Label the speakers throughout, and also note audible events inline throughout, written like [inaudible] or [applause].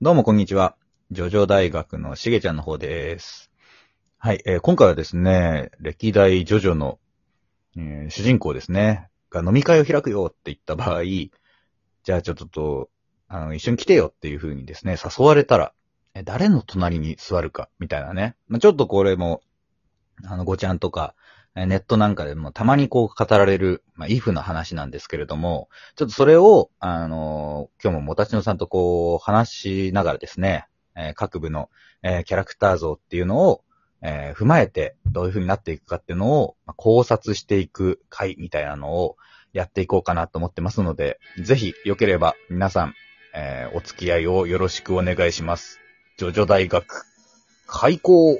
Speaker 1: どうもこんにちは。ジョジョ大学のしげちゃんの方です。はい、えー今回はですね、歴代ジョジョの、えー主人公ですね、が飲み会を開くよって言った場合、じゃあちょっと、あの、一緒に来てよっていう風にですね、誘われたら、え誰の隣に座るか、みたいなね。まあ、ちょっとこれも、あの、ごちゃんとか、えーネットなんかでもたまにこう語られる、まあ、イフの話なんですけれども、ちょっとそれを、あの今日ももたちのさんとこう、話しながらですね、えー各部の、えーキャラクター像っていうのを、えー踏まえて、どういう風になっていくかっていうのを、まあ考察していく回みたいなのをやっていこうかなと思ってますので、ぜひ、よければ、皆さん、えーお付き合いをよろしくお願いします。ジョジョ大学、開校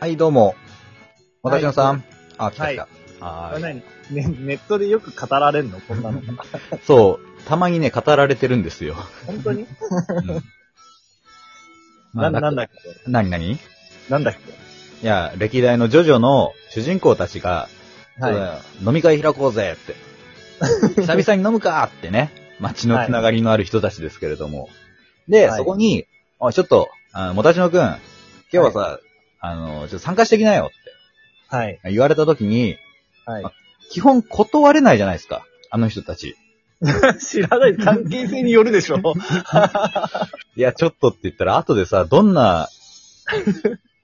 Speaker 1: はい、どうも。もたちのさん。あ、来た来た。は
Speaker 2: これ
Speaker 1: い
Speaker 2: 何ね、ネットでよく語られるのこ
Speaker 1: [laughs]
Speaker 2: んなの。
Speaker 1: そう、たまにね、語られてるんですよ。
Speaker 2: 本当に
Speaker 1: まあ
Speaker 2: な、なん
Speaker 1: だ
Speaker 2: だっけ
Speaker 1: 何何い
Speaker 2: なんだっ
Speaker 1: や、歴代のジョジョの主人公たちが、
Speaker 2: けは
Speaker 1: 飲み会開こうぜ
Speaker 2: [laughs]
Speaker 1: って。久々に飲むかってね。街のつながりのある人たちですけれども。で、
Speaker 2: はい
Speaker 1: そこに、おいちょっと、あもたちのくん、今日はさ、あの、ちょっと参加してきなよっ
Speaker 2: い。はい。
Speaker 1: て言われた時に、
Speaker 2: は
Speaker 1: 基本断れないじゃないですか。あの人たち。
Speaker 2: い。 [laughs] 知らない。関係性によるで
Speaker 1: [laughs]
Speaker 2: しょ
Speaker 1: いや、ちょっとって言ったら、後でさ、どん
Speaker 2: [laughs]
Speaker 1: な、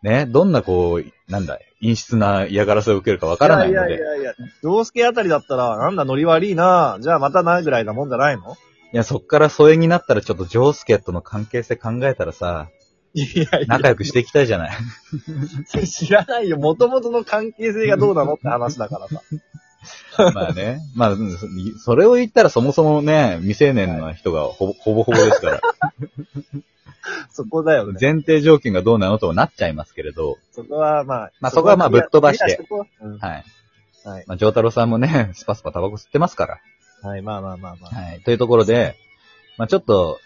Speaker 1: ね、どんなこう、なんだ、陰湿な嫌がらせを受けるかわからないので。
Speaker 2: いやいやいや。洋介あたりだったら、なんだノリ悪いなじゃあまたなぐらいなもんじゃないの
Speaker 1: いや、そっから疎遠になったらちょっとジョースケとの関係性考えたらさ、
Speaker 2: いやい
Speaker 1: 仲良くしていきたいじゃ
Speaker 2: [laughs]
Speaker 1: ない。
Speaker 2: や、知らないよ。元々の関係性がどうなのって話だか
Speaker 1: [laughs]
Speaker 2: らさ。
Speaker 1: まあね。まあ、うんそそれを言ったらそもそもね、未成年の人がほぼほぼほぼです
Speaker 2: [laughs]
Speaker 1: から、
Speaker 2: そこだよね。
Speaker 1: 前提条件がどうなのとはなっちゃいますけれど、
Speaker 2: そこはまあ。
Speaker 1: まあそこはまあぶっ飛ばして
Speaker 2: いやそこはうん
Speaker 1: はい。
Speaker 2: はい。
Speaker 1: まあ、ジョータロさんもね、スパスパタバコ吸ってますから。
Speaker 2: はい、まあまあまあまあ。
Speaker 1: はい。というところで、まあちょっと、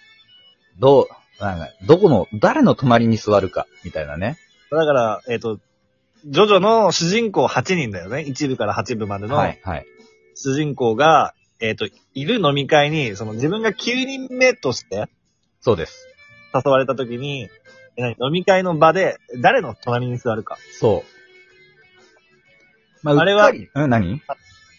Speaker 1: どう、なんかどこの、誰の隣に座るか、みたいなね。
Speaker 2: だから、えっと、ジョジョの主人公8人だよね。1部から8部までの。
Speaker 1: はい、はい。
Speaker 2: 主人公が、えっ、と、いる飲み会に、その自分が9人目として
Speaker 1: そうです。
Speaker 2: 誘われた時に、え何飲み会の場で、誰の隣に座るか。
Speaker 1: そう。まあ
Speaker 2: あれは
Speaker 1: うっかりうん、何
Speaker 2: い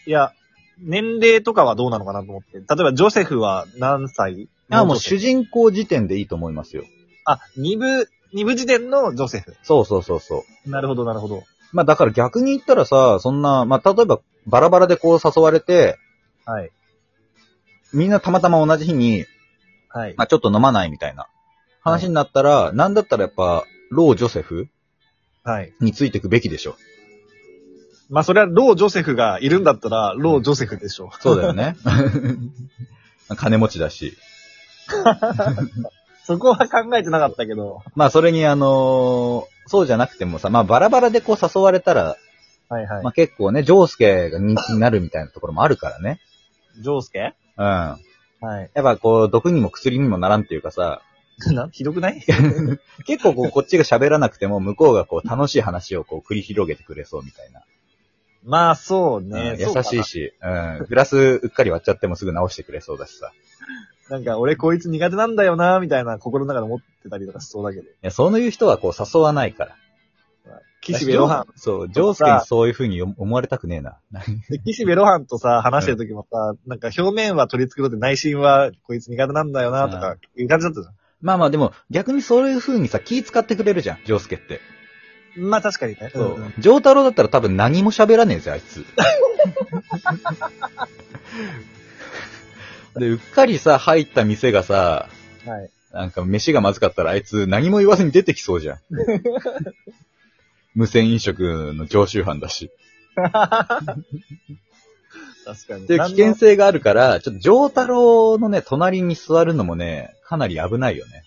Speaker 2: や、年齢とかはどうなのかなと思って。例えば、ジョセフは何歳
Speaker 1: あ、もう主人公時点でいいと思いますよ。
Speaker 2: あ、2部、二部時点のジョセフ。
Speaker 1: そうそうそうそう。
Speaker 2: なるほど、なるほど。
Speaker 1: まあだから逆に言ったらさ、そんな、まあ例えばバラバラでこう誘われて、
Speaker 2: はい。
Speaker 1: みんなたまたま同じ日に、
Speaker 2: はい。
Speaker 1: まあちょっと飲まないみたいな話になったら、なんだったらやっぱ、ロー・ジョセフ
Speaker 2: はい。
Speaker 1: についていくべきでしょ。
Speaker 2: まあ、それは、ロー・ジョセフがいるんだったら、ロー・ジョセフでしょ
Speaker 1: そうだよね。 [laughs] 金持ちだし。
Speaker 2: う。 [laughs] そこは考えてなかったけど。
Speaker 1: まあそれにあのーそうじゃなくてもさ、まあバラバラでこう誘われたら、
Speaker 2: はいはい。
Speaker 1: まあ結構ね、ジョースケが人気になるみたいなところもあるからね。
Speaker 2: ジョースケ
Speaker 1: うん。や
Speaker 2: はい。
Speaker 1: っ
Speaker 2: [laughs]
Speaker 1: ぱこう、毒にも薬にもならんっていうかさ、
Speaker 2: な、ひどくない [laughs]
Speaker 1: 結構こう、こっちが喋らなくても、向こうがこう、楽しい話をこう、繰り広げてくれそうみたいな。
Speaker 2: まあ、そう
Speaker 1: う
Speaker 2: ね
Speaker 1: ん。
Speaker 2: そうか
Speaker 1: 優
Speaker 2: な
Speaker 1: しいし、うん。グラスうっかり割っちゃってもすぐ直してくれそうだしさ。い
Speaker 2: なんか、俺こいつ苦手なんだよな、みたいな心の中で思ってたりとかしそうだけど。
Speaker 1: や、そういう人はこう、誘わないから。
Speaker 2: 岸辺露伴。
Speaker 1: そう、ジョースケにそういう風に思われたくねえな。
Speaker 2: で岸辺露伴とさ、話してる時もさ、なんか表面は取り繕って内心はこいつ苦手なんだよな、とか、いう感じだったじ
Speaker 1: まあまあ、でも、逆にそういう風にさ、気使ってくれるじゃん、ジョースケって。
Speaker 2: ゃん。まあ確かにね。
Speaker 1: そ
Speaker 2: んん
Speaker 1: う。ジョータロだったら多分何も喋らねえぜ、あい [laughs] つ。で、うっかりさ、入った店がさ、
Speaker 2: はい。
Speaker 1: なんか飯がまずかったらあいつ何も言わずに出てきそうじゃん。無線飲食の常習犯だし。
Speaker 2: 確かに。
Speaker 1: っていう危険性があるから、ちょっと上太郎のね、隣に座るのもね、かなり危ないよね。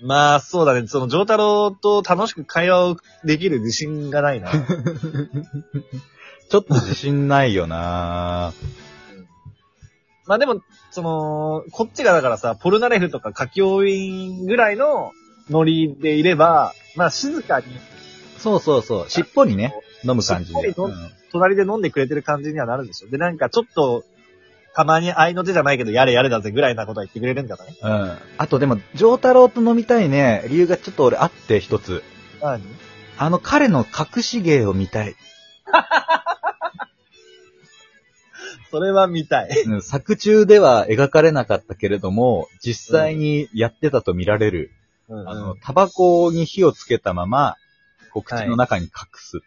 Speaker 2: 何まあ、そうだね。その、上太郎と楽しく会話をできる自信がな
Speaker 1: [laughs]
Speaker 2: いな。
Speaker 1: ちょっと自信ないよな
Speaker 2: まあでも、その、こっちがだからさ、ポルナレフとか柿オインぐらいのノリでいれば、まあ静かに
Speaker 1: そうそうそう。しっぽりね、飲む感じ
Speaker 2: し
Speaker 1: で
Speaker 2: っ。ぽり飲
Speaker 1: うん
Speaker 2: 隣で飲んでくれてる感じにはなるんでしょ。で、なんかちょっと、たまに愛の手じゃないけど、やれやれだぜぐらいなことは言ってくれるんだね。
Speaker 1: うん。あとでも、上太郎と飲みたいね、理由がちょっと俺あって一つ。
Speaker 2: 何
Speaker 1: あの彼の隠し芸を見たい。
Speaker 2: それは見たい。
Speaker 1: うん作中では描かれなかったけれども、実際にやってたと見られる、
Speaker 2: うん
Speaker 1: あの、タバコに火をつけたまま、こう口の中に隠す。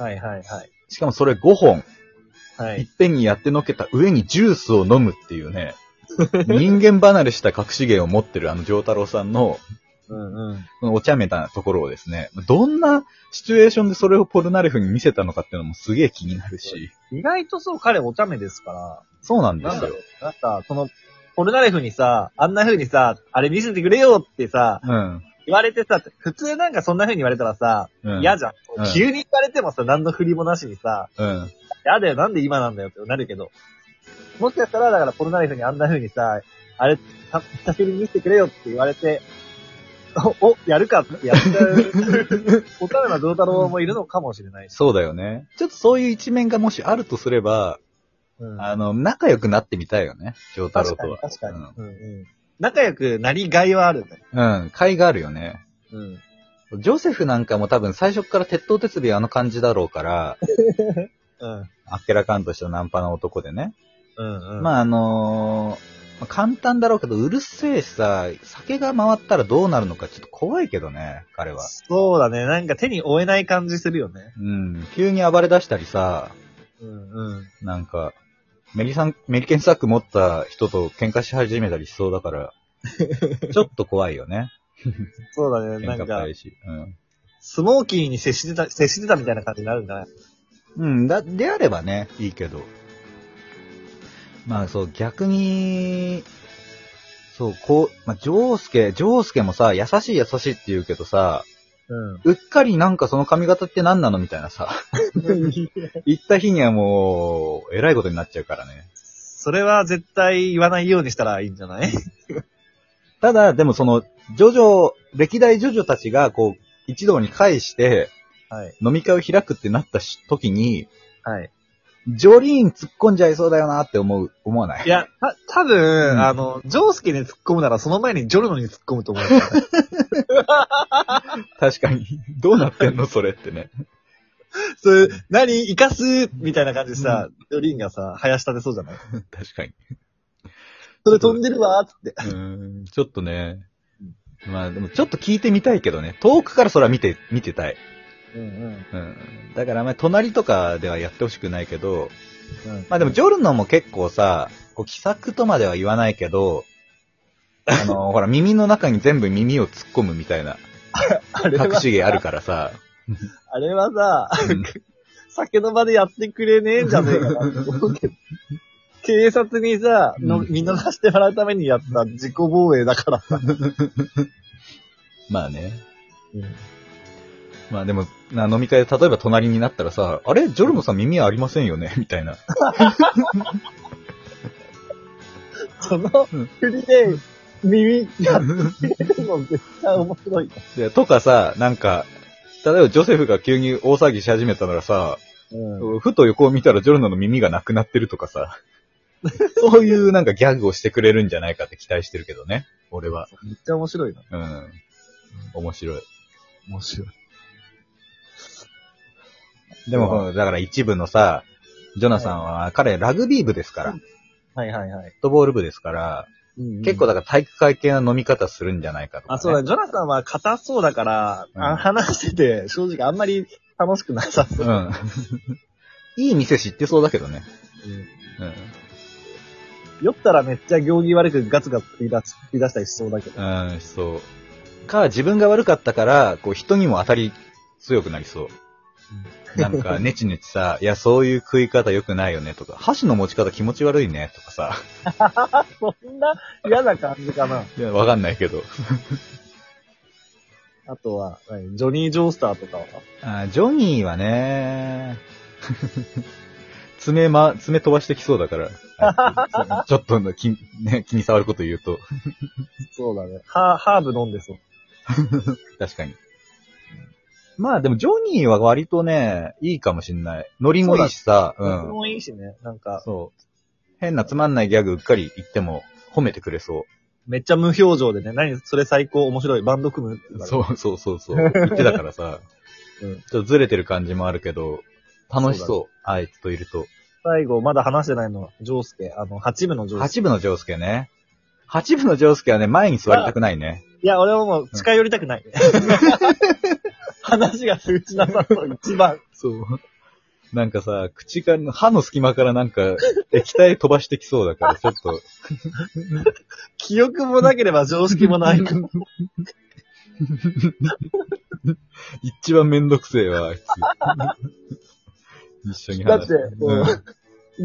Speaker 2: はいはいはい。
Speaker 1: しかもそれ5本、
Speaker 2: はい
Speaker 1: っ [laughs]
Speaker 2: い。
Speaker 1: ぺんにやってのけた上にジュースを飲むっていう
Speaker 2: [laughs]
Speaker 1: ね、人間離れした隠し芸を持ってるあの上太郎さんの、
Speaker 2: うんうん。
Speaker 1: そのお茶目なところをですね、どんなシチュエーションでそれをポルナレフに見せたのかっていうのもすげえ気になるし、
Speaker 2: 意外とそう、彼お茶目ですから。
Speaker 1: そうなんで
Speaker 2: なん
Speaker 1: す
Speaker 2: だ
Speaker 1: よ
Speaker 2: ろ。う。なんか、その、ポルナレフにさ、あんな風にさ、あれ見せてくれよってさ、
Speaker 1: うん。
Speaker 2: 言われてさ、普通なんかそんな風に言われたらさ、
Speaker 1: うん
Speaker 2: 嫌じゃん
Speaker 1: うん。
Speaker 2: 急に言われてもさ、何の振りもなしにさ、
Speaker 1: うん。
Speaker 2: 嫌だよ、なんで今なんだよってなるけど。もしかしたら、だからポルナレフにあんな風にさ、あれ、た久しぶりに見せてくれよって言われて、お、お、やるかってやっち
Speaker 1: [laughs]
Speaker 2: ゃう。おためな上太郎もいるのかもしれないし。
Speaker 1: そうだよね。ちょっとそういう一面がもしあるとすれば、
Speaker 2: うん
Speaker 1: あの、仲良くなってみたいよね、上太郎
Speaker 2: 確か
Speaker 1: と
Speaker 2: に、
Speaker 1: は。
Speaker 2: 確かに。うんうん。仲良くなりがいはあるね。
Speaker 1: うん。うん、会があるよね。
Speaker 2: うん。
Speaker 1: ジョセフなんかも多分最初から鉄頭鉄尾あの感じだろうから、
Speaker 2: うん。
Speaker 1: あっけらかんとしたナンパの男でね。
Speaker 2: うんうん。
Speaker 1: まああのーまあ簡単だろうけど、うるせえしさ、酒が回ったらどうなるのかちょっと怖いけどね、彼は。
Speaker 2: そうだね。なんか手に負えない感じするよね。
Speaker 1: うん、急に暴れ出したりさ、
Speaker 2: うんうん。
Speaker 1: なんか、メリさん、メリケンサック持った人と喧嘩し始めたりしそうだ [laughs] から、ちょっと怖いよね。
Speaker 2: そうだ
Speaker 1: 喧
Speaker 2: ね。
Speaker 1: 嘩
Speaker 2: なんか
Speaker 1: 怖、いし。うん。
Speaker 2: スモーキーに接してた、接してたみたいな感じになるんじゃない
Speaker 1: うん、だ、であればね、いいけど。まあそう、逆に、そう、こう、まあ、ジョースケ、ジョースケもさ、優しい優しいって言うけどさ、
Speaker 2: うん。
Speaker 1: うっかりなんかその髪型って何なのみたいなさ、 [laughs] 行った日にはもう、えらいことになっちゃうからね。
Speaker 2: それは絶対言わないようにしたらいいんじゃ [laughs] ない
Speaker 1: ただ、でもその、ジョジョ、歴代ジョジョたちがこう、一堂に会して、
Speaker 2: はい。
Speaker 1: 飲み会を開くってなったし時に、
Speaker 2: はい。
Speaker 1: ジョリーン突っ込んじゃいそうだよなって思う、思わない
Speaker 2: いや、た、多
Speaker 1: う
Speaker 2: 分、
Speaker 1: ん
Speaker 2: あの、ジョースケに突っ込むならその前にジョルノに突っ込むと思うから。
Speaker 1: 確かに。 [laughs] どうなってんのそれってね。
Speaker 2: [laughs]
Speaker 1: [laughs]
Speaker 2: そういう、何生かすみたいな感じでさ、ジョリーンがさ、林立てそうじゃない
Speaker 1: 確かに。
Speaker 2: それ飛んでるわーっつって。
Speaker 1: うん。ちょっとね。まあでもちょっと聞いてみたいけどね。遠くからそれは見て、見てたい。
Speaker 2: うんうん。
Speaker 1: うん。だからあんまり隣とかではやってほしくないけど、
Speaker 2: うん
Speaker 1: まあで
Speaker 2: [laughs]
Speaker 1: もジョルノも結構さ、こう気さくとまでは言わないけど、あの、ほら耳の中に全部耳を突っ込むみたいな
Speaker 2: [laughs] あれ
Speaker 1: 隠
Speaker 2: は、
Speaker 1: し芸あるからさ。
Speaker 2: あれはさ、
Speaker 1: うん
Speaker 2: [laughs] 酒の場でやってくれねえんじゃねえかなって思う [laughs] けど。警察にさ、の
Speaker 1: うん
Speaker 2: 見逃してもらうためにやった自己防衛だからさ。
Speaker 1: まあね。まあでも、な飲み会で例えば隣になったらさ、あれジョルノさん耳ありませんよねみ [laughs] たいな。
Speaker 2: その
Speaker 1: うん
Speaker 2: 振りで耳やってるの絶対面白い。
Speaker 1: でとかさ、なんか、例えばジョセフが急に大騒ぎし始めたならさ、
Speaker 2: うん。
Speaker 1: ふと横を見たらジョルノの耳がなくなってるとかさ、そういうなんかギャグをしてくれるんじゃないかって期待してるけどね、俺は。
Speaker 2: めっちゃ面白い
Speaker 1: う
Speaker 2: な。
Speaker 1: ん。面白い。
Speaker 2: 面白い。
Speaker 1: でも、だから一部のさ、ジョナさんは、彼ラグビー部ですから、フッ
Speaker 2: はいはいはい。
Speaker 1: トボール部ですから、結構だから体育会系の飲み方するんじゃないかとか、ね。
Speaker 2: あ、そうだ、ジョナサンは硬そうだから、
Speaker 1: うん
Speaker 2: あ話してて、正直あんまり楽しくなさそう。
Speaker 1: うん。 [laughs] いい店知ってそうだけどね。うん。
Speaker 2: 酔ったらめっちゃ行儀悪くガツガツ言い出し言い出したりしそうだけど。
Speaker 1: うん、そう。か、自分が悪かったから、こう、人にも当たり強くなりそう。なん [laughs] か、ネチネチさ、いや、そういう食い方良くないよね、とか、箸の持ち方気持ち悪いね、とかさ、
Speaker 2: そんな嫌な感じかな。
Speaker 1: いやわかんないけど。
Speaker 2: あとは、何ジョニー・ジョースターとかは
Speaker 1: あージョニーはね、 [laughs] 爪ま、爪飛ばしてきそうだから、あちょっ [laughs] との気,、ね、気に触ること言うと、
Speaker 2: そうだね。ハーハーブ飲んでそう。
Speaker 1: 確かに。まあでもジョニーは割とね、いいかもしんない。ノリもいいしさ、う
Speaker 2: うん。
Speaker 1: ん。
Speaker 2: もいいしね。なんか、
Speaker 1: そう。変なつまんないギャグうっかり言っても褒めてくれそう。
Speaker 2: めっちゃ無表情でね、何それ最高面白い。バンド組むって言うから
Speaker 1: そうそうそう [laughs] そう。言ってたからさ、
Speaker 2: うん
Speaker 1: ちょっとずれてる感じもあるけど、楽しそう。
Speaker 2: そ
Speaker 1: あいつといると。
Speaker 2: 最後、まだ話してないのは、ジョースケ。あの、八部のジョースケ。
Speaker 1: 八部のジョウスケね。八部のジョウスケはね、前に座りたくないね。
Speaker 2: いや、俺はもう近寄りたくない。話が通知なさそう、一番。
Speaker 1: そう。なんかさ、口からの、歯の隙間からなんか、液体飛ばしてきそうだ
Speaker 2: [laughs]
Speaker 1: から、ちょっと。
Speaker 2: 記憶もなければ常識もない。う
Speaker 1: 一番めんどくせえわ、あいつ。一緒に話
Speaker 2: だってうんん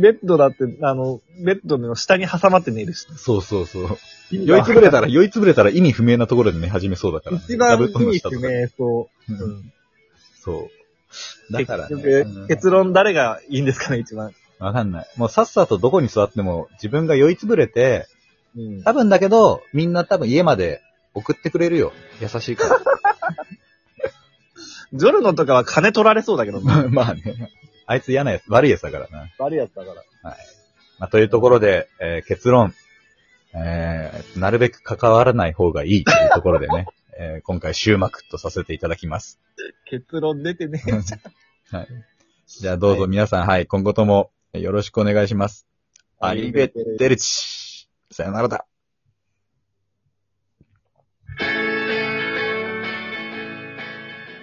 Speaker 2: ベッドだって、あの、ベッドの下に挟まって寝るし。
Speaker 1: そうそうそう。酔いつぶれたら、酔いつぶれたら意味不明なところでね、始めそうだから、
Speaker 2: 一
Speaker 1: 座
Speaker 2: 番
Speaker 1: 布団
Speaker 2: い
Speaker 1: の
Speaker 2: い
Speaker 1: 下と
Speaker 2: 不
Speaker 1: か
Speaker 2: 明そ
Speaker 1: うん
Speaker 2: う。
Speaker 1: そう。だからね。
Speaker 2: 結局
Speaker 1: うん
Speaker 2: 結論誰がいいんですかね、一番。
Speaker 1: わかんない。もうさっさとどこに座っても自分が酔いつぶれて、
Speaker 2: うん。
Speaker 1: 多分だけど、みんな多分家まで送ってくれるよ。優しいか
Speaker 2: ジョルノとかは金取られそうだけど、 [laughs]
Speaker 1: [laughs] ら。まあね。あいつ嫌なやつ、悪いやつだからな。
Speaker 2: 悪いやつだから。
Speaker 1: まあ、というところで、えー結論。えーなるべく関わらない方がいいというところでね、 [laughs] えー今回終幕とさせていただきます。
Speaker 2: 結論出てね。
Speaker 1: はい。じゃあどうぞ皆さん、はい、今後ともよろしくお願いします。アリベッテルチ。さよならだ。